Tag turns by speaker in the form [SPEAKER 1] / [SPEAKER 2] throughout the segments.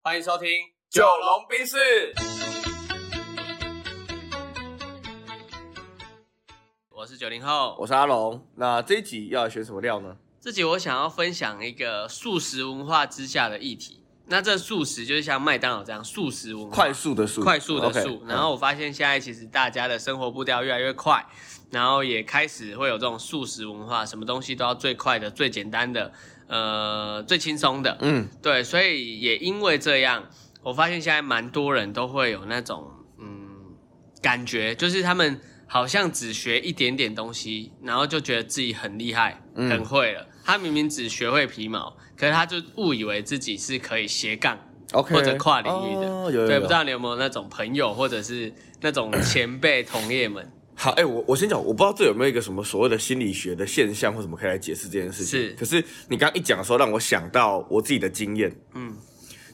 [SPEAKER 1] 欢迎收听《
[SPEAKER 2] 九龙冰室。
[SPEAKER 1] 我是九零后。
[SPEAKER 2] 我是阿龙。那这一集要选什么料呢？
[SPEAKER 1] 这集我想要分享一个素食文化之下的议题。那这素食就是像麦当劳这样素食文化，
[SPEAKER 2] 快速的速，
[SPEAKER 1] 快速的
[SPEAKER 2] OK，
[SPEAKER 1] 速。
[SPEAKER 2] 嗯
[SPEAKER 1] 然后我发现现在其实大家的生活步调越来越快，然后也开始会有这种素食文化，什么东西都要最快的、最简单的，呃，最轻松的。
[SPEAKER 2] 嗯，
[SPEAKER 1] 对，所以也因为这样，我发现现在蛮多人都会有那种嗯感觉，就是他们好像只学一点点东西，然后就觉得自己很厉害、
[SPEAKER 2] 嗯
[SPEAKER 1] 很会了。他明明只学会皮毛，可是他就误以为自己是可以斜杠。
[SPEAKER 2] OK，
[SPEAKER 1] 或者跨领域的
[SPEAKER 2] 哦、有有有
[SPEAKER 1] 对，不知道你有没有那种朋友，或者是那 种前辈同业们，
[SPEAKER 2] 好，哎、我我先讲，我不知道这有没有一个什么所谓的心理学的现象或什么可以来解释这件事情。
[SPEAKER 1] 是
[SPEAKER 2] 可是你刚刚一讲的时候，让我想到我自己的经验，
[SPEAKER 1] 嗯，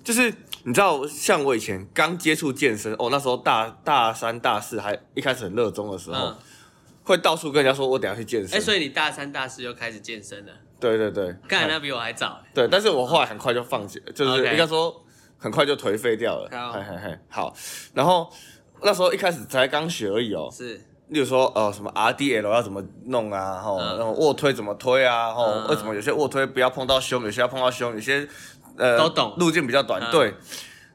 [SPEAKER 2] 就是你知道，像我以前刚接触健身，哦，那时候大大三、大四还一开始很热衷的时候，
[SPEAKER 1] 嗯，
[SPEAKER 2] 会到处跟人家说我等一下去健
[SPEAKER 1] 哎、
[SPEAKER 2] 身。
[SPEAKER 1] 所以你大三、大四就开始健身了，
[SPEAKER 2] 对对对，
[SPEAKER 1] 干那比我还早、欸，
[SPEAKER 2] 对，但是我后来很快就放弃，就是
[SPEAKER 1] OK
[SPEAKER 2] 应该说很快就颓废掉了。
[SPEAKER 1] 好
[SPEAKER 2] 嘿嘿嘿，好。然后那时候一开始才刚学而已哦，
[SPEAKER 1] 是，
[SPEAKER 2] 例如说呃什么 RDL 要怎么弄啊，吼，
[SPEAKER 1] 嗯
[SPEAKER 2] 然后卧推怎么推啊，吼，
[SPEAKER 1] 嗯
[SPEAKER 2] 为什么有些卧推不要碰到胸，有些要碰到胸，有些呃
[SPEAKER 1] 都懂
[SPEAKER 2] 路径比较短，
[SPEAKER 1] 嗯
[SPEAKER 2] 对。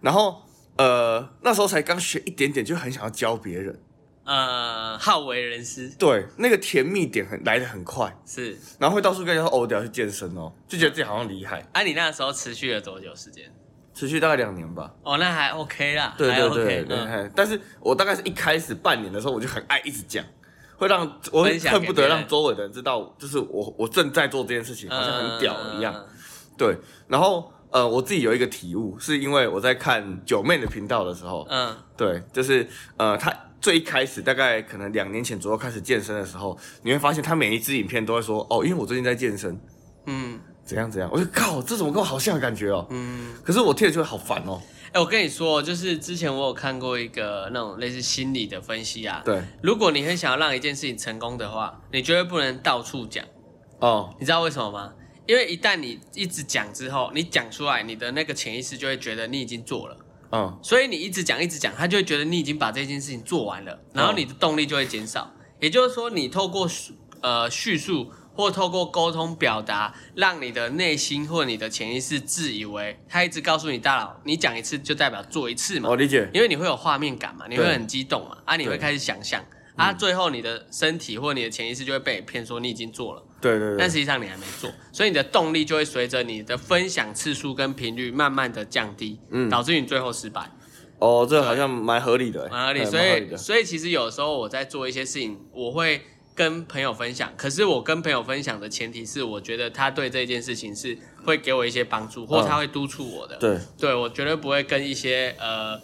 [SPEAKER 2] 然后呃那时候才刚学一点点，就很想要教别人，
[SPEAKER 1] 呃，好为人师，
[SPEAKER 2] 对，那个甜蜜点很来的很快，
[SPEAKER 1] 是，
[SPEAKER 2] 然后会到处跟人家说哦，我等一下去健身哦，就觉得自己好像厉害，
[SPEAKER 1] 啊，你那时候持续了多久时间？
[SPEAKER 2] 持续大概两年吧。
[SPEAKER 1] 哦，那还 OK 啦，
[SPEAKER 2] 对
[SPEAKER 1] 还
[SPEAKER 2] 对
[SPEAKER 1] OK，嗯
[SPEAKER 2] 对对、嘿但是我大概是一开始半年的时候，我就很爱一直讲，会让我
[SPEAKER 1] 分享给
[SPEAKER 2] 恨不得
[SPEAKER 1] 别
[SPEAKER 2] 让
[SPEAKER 1] 人
[SPEAKER 2] 周围的人知道，就是我我正在做这件事情，好像很屌一样。
[SPEAKER 1] 嗯
[SPEAKER 2] 对，然后呃，我自己有一个体悟，是因为我在看九妹的频道的时候，
[SPEAKER 1] 嗯，
[SPEAKER 2] 对，就是呃，她最一开始大概可能两年前左右开始健身的时候，你会发现她每一支影片都会说，哦，因为我最近在健身，
[SPEAKER 1] 嗯
[SPEAKER 2] 怎样怎样，我就靠，这怎么跟我好像的感觉哦。
[SPEAKER 1] 嗯，
[SPEAKER 2] 可是我听了就会好烦哦。
[SPEAKER 1] 哎、我跟你说，就是之前我有看过一个那种类似心理的分析啊，
[SPEAKER 2] 对，
[SPEAKER 1] 如果你很想要让一件事情成功的话，你绝对不能到处讲。
[SPEAKER 2] 哦，
[SPEAKER 1] 你知道为什么吗？因为一旦你一直讲之后，你讲出来，你的那个潜意识就会觉得你已经做了，
[SPEAKER 2] 嗯，
[SPEAKER 1] 所以你一直讲一直讲，他就会觉得你已经把这件事情做完了，然后你的动力就会减少。
[SPEAKER 2] 嗯
[SPEAKER 1] 也就是说，你透过叙呃叙述或透过沟通表达，让你的内心或你的潜意识自以为，他一直告诉你大脑，你讲一次就代表做一次嘛
[SPEAKER 2] 哦我，理解。
[SPEAKER 1] 因为你会有画面感嘛，你会
[SPEAKER 2] 对嗯
[SPEAKER 1] 很激动嘛，啊，你会
[SPEAKER 2] 对
[SPEAKER 1] 开始想象，啊，最后你的身体或你的潜意识就会被骗说你已经做了，
[SPEAKER 2] 对对对。
[SPEAKER 1] 但实际上你还没做，所以你的动力就会随着你的分享次数跟频率慢慢的降低，
[SPEAKER 2] 嗯
[SPEAKER 1] 导致你最后失败。
[SPEAKER 2] 哦，这好像蛮合理的欸，
[SPEAKER 1] 蛮合理，
[SPEAKER 2] 对
[SPEAKER 1] 所
[SPEAKER 2] 蛮合理
[SPEAKER 1] 以
[SPEAKER 2] 的
[SPEAKER 1] 所以其实有时候我在做一些事情，我会跟朋友分享，可是我跟朋友分享的前提是，我觉得他对这件事情是会给我一些帮助，或
[SPEAKER 2] 嗯
[SPEAKER 1] 他会督促我的。
[SPEAKER 2] 对
[SPEAKER 1] 对，我绝对不会跟一些呃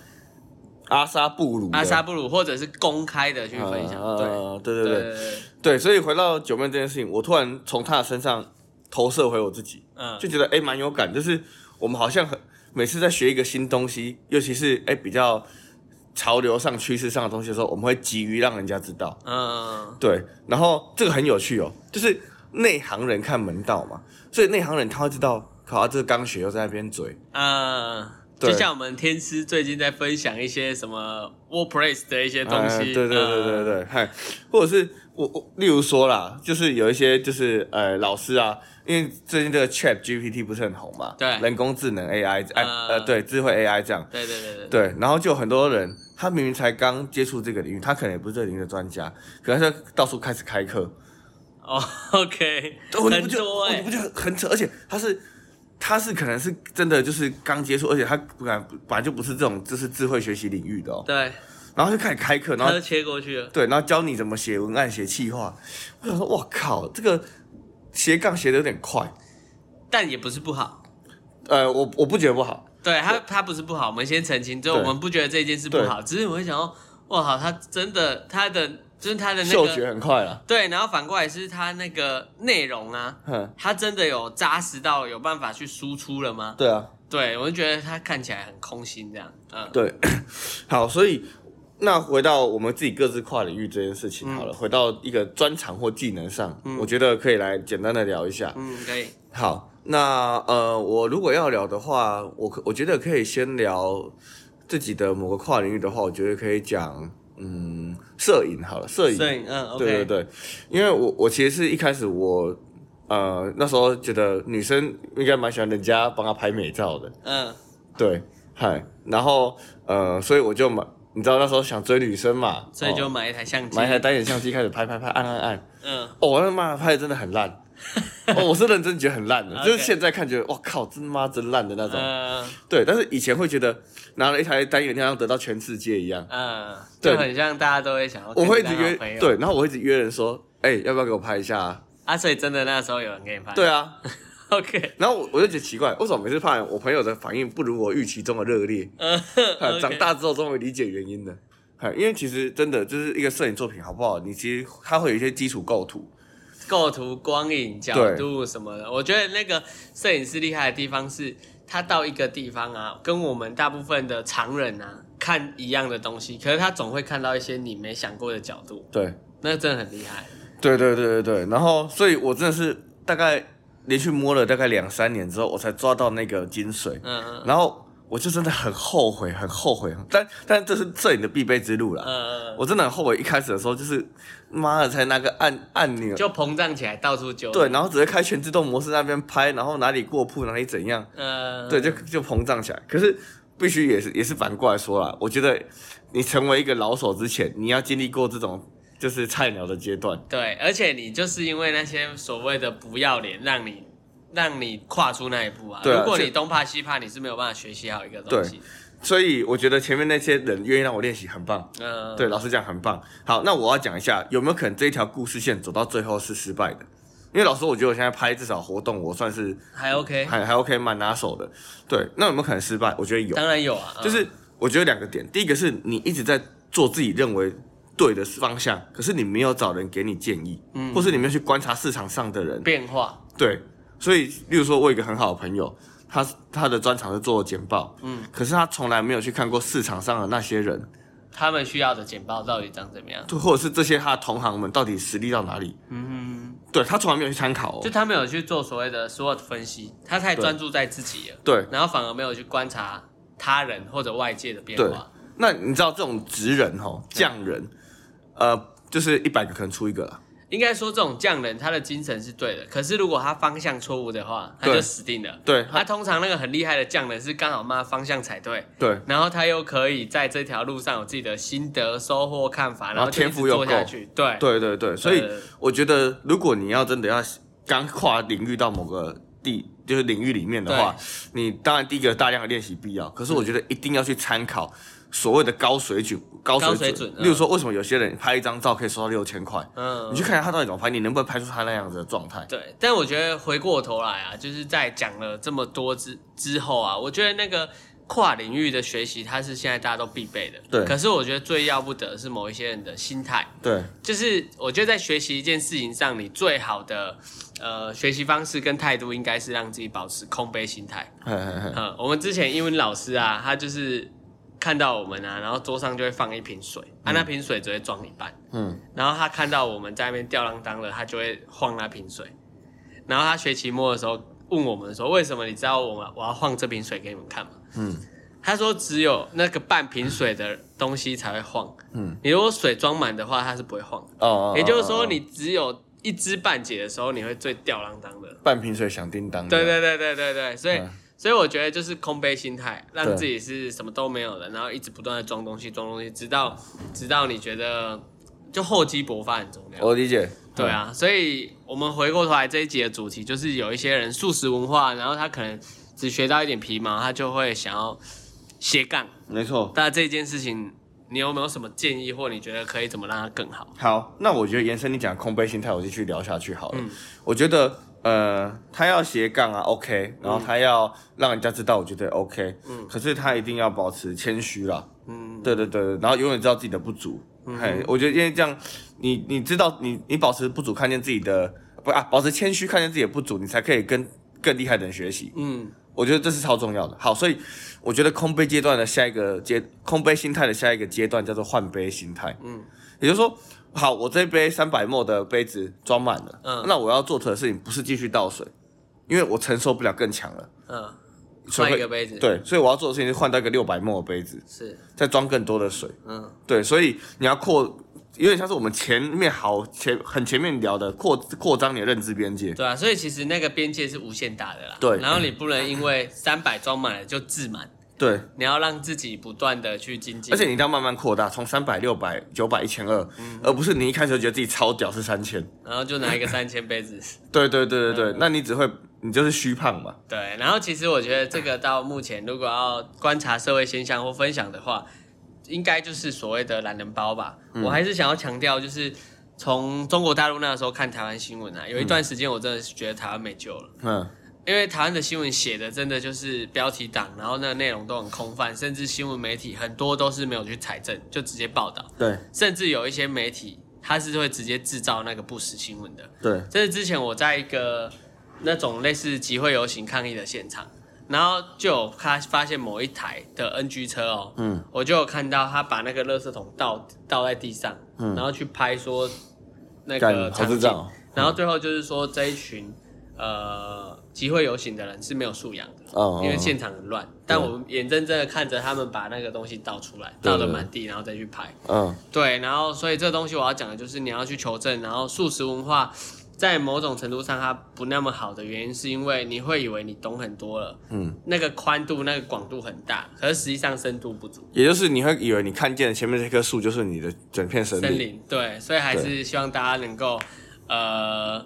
[SPEAKER 2] 阿萨布鲁的
[SPEAKER 1] 阿萨布鲁或者是公开的去分享。
[SPEAKER 2] 啊
[SPEAKER 1] 对
[SPEAKER 2] 啊对对对
[SPEAKER 1] 对对，
[SPEAKER 2] 对，所以回到九妹这件事情，我突然从她的身上投射回我自己，
[SPEAKER 1] 嗯
[SPEAKER 2] 就觉得哎蛮有感，就是我们好像很每次在学一个新东西，尤其是哎比较潮流上、趋势上的东西的时候，我们会急于让人家知道，
[SPEAKER 1] 嗯
[SPEAKER 2] 对，然后这个很有趣哦，就是内行人看门道嘛，所以内行人他会知道，靠，啊、这个刚学又在那边嘴，
[SPEAKER 1] 嗯。
[SPEAKER 2] 对
[SPEAKER 1] 就像我们天师最近在分享一些什么 WordPress 的一些东西，嗯
[SPEAKER 2] 哎对对对对对，嗨，或者是我我，例如说啦，就是有一些就是呃老师啊，因为最近这个 Chat GPT 不是很红嘛，
[SPEAKER 1] 对
[SPEAKER 2] 人工智能 AI，哎
[SPEAKER 1] 嗯
[SPEAKER 2] 呃对，智慧 AI 这样，
[SPEAKER 1] 对对对对对，
[SPEAKER 2] 对，然后就有很多人，他明明才刚接触这个领域，他可能也不是这个领域的专家，可是他就到处开始开课，
[SPEAKER 1] 哦，OK，
[SPEAKER 2] 哦，你
[SPEAKER 1] 很
[SPEAKER 2] 不就
[SPEAKER 1] 多
[SPEAKER 2] 哦
[SPEAKER 1] 哎
[SPEAKER 2] 你不，就很很扯，而且他是。他是可能是真的就是刚接触，而且他本来本来就不是这种就是智慧学习领域的哦，
[SPEAKER 1] 对，
[SPEAKER 2] 然后就开始开课，然
[SPEAKER 1] 他
[SPEAKER 2] 后
[SPEAKER 1] 就切过去了。
[SPEAKER 2] 对，然后教你怎么写文案、写企划。我想说，哇靠，这个斜杠写的有点快。
[SPEAKER 1] 但也不是不好。
[SPEAKER 2] 呃，我我不觉得不好，
[SPEAKER 1] 对他，他不是不好，我们先澄清，就我们不觉得这件事不好，只是我会想说，哇靠，他真的，他的就是他的那
[SPEAKER 2] 嗅觉
[SPEAKER 1] 个，
[SPEAKER 2] 很快啦。
[SPEAKER 1] 对，然后反过来是他那个内容啊，
[SPEAKER 2] 哼，
[SPEAKER 1] 他真的有扎实到有办法去输出了吗？
[SPEAKER 2] 对啊，
[SPEAKER 1] 对，我就觉得他看起来很空心这样，嗯，
[SPEAKER 2] 对， 好，所以那回到我们自己各自跨领域这件事
[SPEAKER 1] 嗯
[SPEAKER 2] 情好了，回到一个专长或技能上，我觉得可以来简单的聊一下。
[SPEAKER 1] 嗯，可以，
[SPEAKER 2] 好，那呃，我如果要聊的话，我可我觉得可以先聊自己的某个跨领域的话，我觉得可以讲嗯，摄影好了，摄影，
[SPEAKER 1] 摄影，嗯，OK，
[SPEAKER 2] 对对对，因为我我其实是一开始我呃那时候觉得女生应该蛮喜欢人家帮她拍美照的，
[SPEAKER 1] 嗯，
[SPEAKER 2] 对，嗨，然后呃，所以我就买，你知道那时候想追女生嘛，
[SPEAKER 1] 所以就
[SPEAKER 2] 哦
[SPEAKER 1] 买一台相机，
[SPEAKER 2] 买一台单眼相机开始拍拍拍，按按按，
[SPEAKER 1] 嗯，
[SPEAKER 2] 哦，我他妈的拍的真的 很烂，哦，我是认真觉得很烂的，
[SPEAKER 1] OK
[SPEAKER 2] 就是现在看觉得哇靠，真妈真烂的那种，
[SPEAKER 1] 嗯
[SPEAKER 2] 对，但是以前会觉得拿了一台单眼亮像得到全世界一样，
[SPEAKER 1] 嗯，
[SPEAKER 2] 对
[SPEAKER 1] 就很像大家都会想要，
[SPEAKER 2] 我会一直约，
[SPEAKER 1] 朋友，，
[SPEAKER 2] 对，然后我会一直约人说，哎、要不要给我拍一下、啊？
[SPEAKER 1] 啊，所以真的那时候有人给你拍，
[SPEAKER 2] 对啊，
[SPEAKER 1] ，OK，
[SPEAKER 2] 然后我我就觉得奇怪，为什么每次拍完我朋友的反应不如我预期中的热烈？
[SPEAKER 1] 嗯
[SPEAKER 2] 哎，
[SPEAKER 1] ，OK，
[SPEAKER 2] 长大之后终于理解原因了。哎，因为其实真的就是一个摄影作品好不好，你其实它会有一些基础构图，
[SPEAKER 1] 构图、光影、角度什么的。我觉得那个摄影师厉害的地方是，他到一个地方啊，跟我们大部分的常人啊看一样的东西，可是他总会看到一些你没想过的角度，
[SPEAKER 2] 对，
[SPEAKER 1] 那真的很厉害。
[SPEAKER 2] 对对对对对。然后，所以我真的是大概连续摸了大概两三年之后，我才抓到那个精髓。
[SPEAKER 1] 嗯嗯
[SPEAKER 2] 然后我就真的很后悔，很后悔。但但这是摄影的必备之路啦。
[SPEAKER 1] 嗯嗯，
[SPEAKER 2] 我真的很后悔，一开始的时候就是妈的才拿个按按钮，
[SPEAKER 1] 就膨胀起来到处揪。
[SPEAKER 2] 对，，然后只会开全自动模式那边拍，然后哪里过曝哪里怎样，
[SPEAKER 1] 嗯，
[SPEAKER 2] 对，就就膨胀起来。可是必须也是也是反过来说啦，我觉得你成为一个老手之前，你要经历过这种就是菜鸟的阶段。
[SPEAKER 1] 对，而且你就是因为那些所谓的不要脸，让你。让你跨出那一步啊！
[SPEAKER 2] 对啊
[SPEAKER 1] 如果
[SPEAKER 2] 这
[SPEAKER 1] 你东怕西怕，你是没有办法学习好一个东
[SPEAKER 2] 对
[SPEAKER 1] 西的。
[SPEAKER 2] 所以我觉得前面那些人愿意让我练习，很棒。
[SPEAKER 1] 嗯，
[SPEAKER 2] 对，老师讲很棒。好，那我要讲一下，有没有可能这一条故事线走到最后是失败的？因为老师，我觉得我现在拍至少活动，我算是
[SPEAKER 1] 还 OK，
[SPEAKER 2] 还还 OK，蛮拿手的。对，那有没有可能失败？我觉得有，
[SPEAKER 1] 当然有啊。嗯
[SPEAKER 2] 就是我觉得两个点，第一个是你一直在做自己认为对的方向，可是你没有找人给你建议，嗯，或是你没有去观察市场上的人，
[SPEAKER 1] 嗯变化，
[SPEAKER 2] 对，所以例如说，我有一个很好的朋友，他他的专长是做简报，嗯，可是他从来没有去看过市场上的那些人，
[SPEAKER 1] 他们需要的简报到底长怎么样？
[SPEAKER 2] 或者是这些他的同行们到底实力到哪里，嗯，对他从来没有去参考、
[SPEAKER 1] 就
[SPEAKER 2] 哦，
[SPEAKER 1] 他没有去做所谓的 SWOT 分析，他太专注在自己了，
[SPEAKER 2] 对
[SPEAKER 1] 然后反而没有去观察他人或者外界的变
[SPEAKER 2] 对
[SPEAKER 1] 化。，
[SPEAKER 2] 那你知道这种职人哈、匠人，呃，就是一百个可能出一个啦。
[SPEAKER 1] 应该说，这种匠人他的精神是对的，可是如果他方向错误的话，他
[SPEAKER 2] 对
[SPEAKER 1] 就死定了。
[SPEAKER 2] 对
[SPEAKER 1] 他通常那个很厉害的匠人是刚好嘛方向踩对，
[SPEAKER 2] 对
[SPEAKER 1] 然后他又可以在这条路上有自己的心得、收获、看法，
[SPEAKER 2] 然后
[SPEAKER 1] 后就一直
[SPEAKER 2] 天赋又
[SPEAKER 1] 做下
[SPEAKER 2] 够
[SPEAKER 1] 去。对，呃
[SPEAKER 2] 对对对，所以
[SPEAKER 1] 对
[SPEAKER 2] 我觉得，如果你要真的要刚跨领域到某个地，就是领域里面的话，你当然第一个大量的练习必要，可是我觉得一定要去参考所谓的高水准、高水
[SPEAKER 1] 高
[SPEAKER 2] 准。
[SPEAKER 1] 水准嗯
[SPEAKER 2] 例如说，为什么有些人拍一张照可以收到六千块？
[SPEAKER 1] 嗯
[SPEAKER 2] 你去看一下他到底怎么拍，你能不能拍出他那样子的状态？
[SPEAKER 1] 对，但我觉得回过头来啊，就是在讲了这么多之之后啊，我觉得那个跨领域的学习，它是现在大家都必备的。
[SPEAKER 2] 对
[SPEAKER 1] 可是我觉得最要不得的是某一些人的心态，
[SPEAKER 2] 对
[SPEAKER 1] 就是我觉得在学习一件事情上，你最好的呃学习方式跟态度，应该是让自己保持空杯心态。
[SPEAKER 2] 嘿嘿嘿，
[SPEAKER 1] 嗯，我们之前英文老师啊，他就是看到我们啊，然后桌上就会放一瓶水，啊，那瓶水只会装一半。
[SPEAKER 2] 嗯，
[SPEAKER 1] 然后他看到我们在那边吊郎当的，他就会晃那瓶水。然后他学期末的时候问我们说：“为什么你知道我们我要晃这瓶水给你们看吗？”
[SPEAKER 2] 嗯，
[SPEAKER 1] 他说：“只有那个半瓶水的东西才会晃。嗯，你如果水装满的话，它是不会晃的。
[SPEAKER 2] 哦哦，
[SPEAKER 1] 也就是
[SPEAKER 2] 哦
[SPEAKER 1] 说，
[SPEAKER 2] 哦
[SPEAKER 1] 你只有一知半解的时候，你会最吊郎当的。
[SPEAKER 2] 半瓶水响叮当。
[SPEAKER 1] 对，对对对对对，所以。
[SPEAKER 2] 嗯
[SPEAKER 1] 所以我觉得就是空杯心态，让
[SPEAKER 2] 对
[SPEAKER 1] 自己是什么都没有的，然后一直不断的装东西装东西，直到直到你觉得就厚积薄发很重要。
[SPEAKER 2] 我理解。
[SPEAKER 1] 哦对啊，所以我们回过头来这一集的主题就是有一些人素食文化，然后他可能只学到一点皮毛，他就会想要斜杠。
[SPEAKER 2] 嗯，没错。
[SPEAKER 1] 那这件事情，你有没有什么建议，或你觉得可以怎么让它更好？
[SPEAKER 2] 好，那我觉得延伸你讲的空杯心态，我就去聊下去好了。我觉得呃，他要斜杠啊，OK，然后他要让人家知道，我觉得 OK，嗯，可是他一定要保持谦虚啦，嗯，对对对，对然后永远知道自己的不足，嘿，我觉得因为这样，你你知道你你保持不足，看见自己的不啊，保持谦虚，看见自己的不足，你才可以跟更厉害的人学习，
[SPEAKER 1] 嗯，
[SPEAKER 2] 我觉得这是超重要的。好，所以我觉得空杯阶段的下一个阶，空杯心态的下一个阶段叫做换杯心态。嗯，也就是说，好，我这杯三百沫的杯子装满了，
[SPEAKER 1] 嗯
[SPEAKER 2] 那我要做的事情不是继续倒水，因为我承受不了更强了。
[SPEAKER 1] 嗯，
[SPEAKER 2] 所以
[SPEAKER 1] 换
[SPEAKER 2] 会
[SPEAKER 1] 一个杯子，，
[SPEAKER 2] 对，所以我要做的事情是换到一个六百沫的杯子，
[SPEAKER 1] 是，
[SPEAKER 2] 再装更多的水。
[SPEAKER 1] 嗯
[SPEAKER 2] 对，所以你要扩，有点像是我们前面好前很前面聊的扩扩张你的认知边界。
[SPEAKER 1] 对啊，所以其实那个边界是无限大的啦。
[SPEAKER 2] 对
[SPEAKER 1] 然后你不能因为三百装满了就自满，
[SPEAKER 2] 对，
[SPEAKER 1] 你要让自己不断的去精进。
[SPEAKER 2] 而且你一定要慢慢扩大，从三百、六百、九百、一千二，
[SPEAKER 1] 嗯
[SPEAKER 2] 而不是你一开始就觉得自己超屌是三千。
[SPEAKER 1] 然后就拿一个三千杯子。
[SPEAKER 2] 对对对对对，
[SPEAKER 1] 嗯
[SPEAKER 2] 那你只会你就是虚胖嘛。
[SPEAKER 1] 对，然后其实我觉得这个到目前，如果要观察社会现象或分享的话，应该就是所谓的懒人包吧。
[SPEAKER 2] 嗯
[SPEAKER 1] 我还是想要强调，就是从中国大陆那时候看台湾新闻啊，有一段时间我真的是觉得台湾没救了，
[SPEAKER 2] 嗯，
[SPEAKER 1] 因为台湾的新闻写的真的就是标题党，然后那个内容都很空泛，甚至新闻媒体很多都是没有去采证，就直接报道，
[SPEAKER 2] 对
[SPEAKER 1] 甚至有一些媒体它是会直接制造那个不实新闻的。
[SPEAKER 2] 对，
[SPEAKER 1] 这是之前我在一个那种类似集会游行抗议的现场，然后就有他发现某一台的 NG 车哦，
[SPEAKER 2] 嗯
[SPEAKER 1] 我就有看到他把那个垃圾桶倒倒在地上，然后去拍说那个
[SPEAKER 2] 嗯干好
[SPEAKER 1] 场
[SPEAKER 2] 智
[SPEAKER 1] 景，
[SPEAKER 2] 障哦。
[SPEAKER 1] 然后最后就是说这一群呃集会游行的人是没有素养的，
[SPEAKER 2] 哦，
[SPEAKER 1] 因为
[SPEAKER 2] 哦
[SPEAKER 1] 现场很乱，但我们眼睁睁的看着他们把那个东西倒出来，
[SPEAKER 2] 对
[SPEAKER 1] 倒的
[SPEAKER 2] 对
[SPEAKER 1] 满地，然后再去拍。
[SPEAKER 2] 嗯
[SPEAKER 1] 对，然后所以这东西我要讲的就是你要去求证，然后素食文化在某种程度上它不那么好的原因，是因为你会以为你懂很多了，
[SPEAKER 2] 嗯，
[SPEAKER 1] 那个宽度、那个广度很大，可是实际上深度不足。
[SPEAKER 2] 也就是你会以为你看见前面这棵树就是你的整片森
[SPEAKER 1] 森
[SPEAKER 2] 林。
[SPEAKER 1] 林对，所以还是希望大家能够呃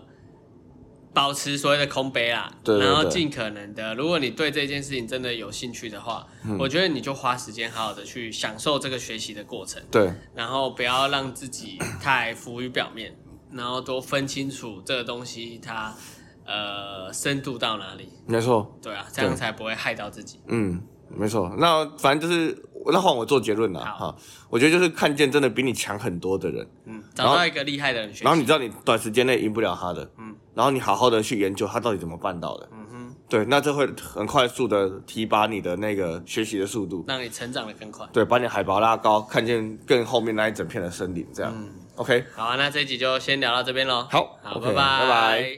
[SPEAKER 1] 保持所谓的空杯啦，
[SPEAKER 2] 对对对
[SPEAKER 1] 然后尽可能的，如果你对这件事情真的有兴趣的话，我觉得你就花时间好好的去享受这个学习的过程。
[SPEAKER 2] 对，
[SPEAKER 1] 然后不要让自己太浮于表面，然后多分清楚这个东西它呃深度到哪里，
[SPEAKER 2] 没错。
[SPEAKER 1] 对啊，这样才不会害到自己。
[SPEAKER 2] 嗯，没错。那反正就是，那换我做结论了
[SPEAKER 1] 好
[SPEAKER 2] 哈。我觉得就是看见真的比你强很多的人，
[SPEAKER 1] 嗯，找
[SPEAKER 2] 然后
[SPEAKER 1] 到一个厉害的人学
[SPEAKER 2] 然后
[SPEAKER 1] 习。
[SPEAKER 2] 你知道你短时间内赢不了他的，嗯，然后你好好的去研究他到底怎么办到的，
[SPEAKER 1] 嗯哼，
[SPEAKER 2] 对，那这会很快速的提拔你的那个学习的速度，
[SPEAKER 1] 让你成长的更快。
[SPEAKER 2] 对，把你海拔拉高，看见更后面那一整片的森林，这样、o
[SPEAKER 1] 嗯
[SPEAKER 2] k
[SPEAKER 1] 好啊，那这一集就先聊到这边喽。
[SPEAKER 2] 好
[SPEAKER 1] 好，
[SPEAKER 2] OK，
[SPEAKER 1] 拜
[SPEAKER 2] 拜拜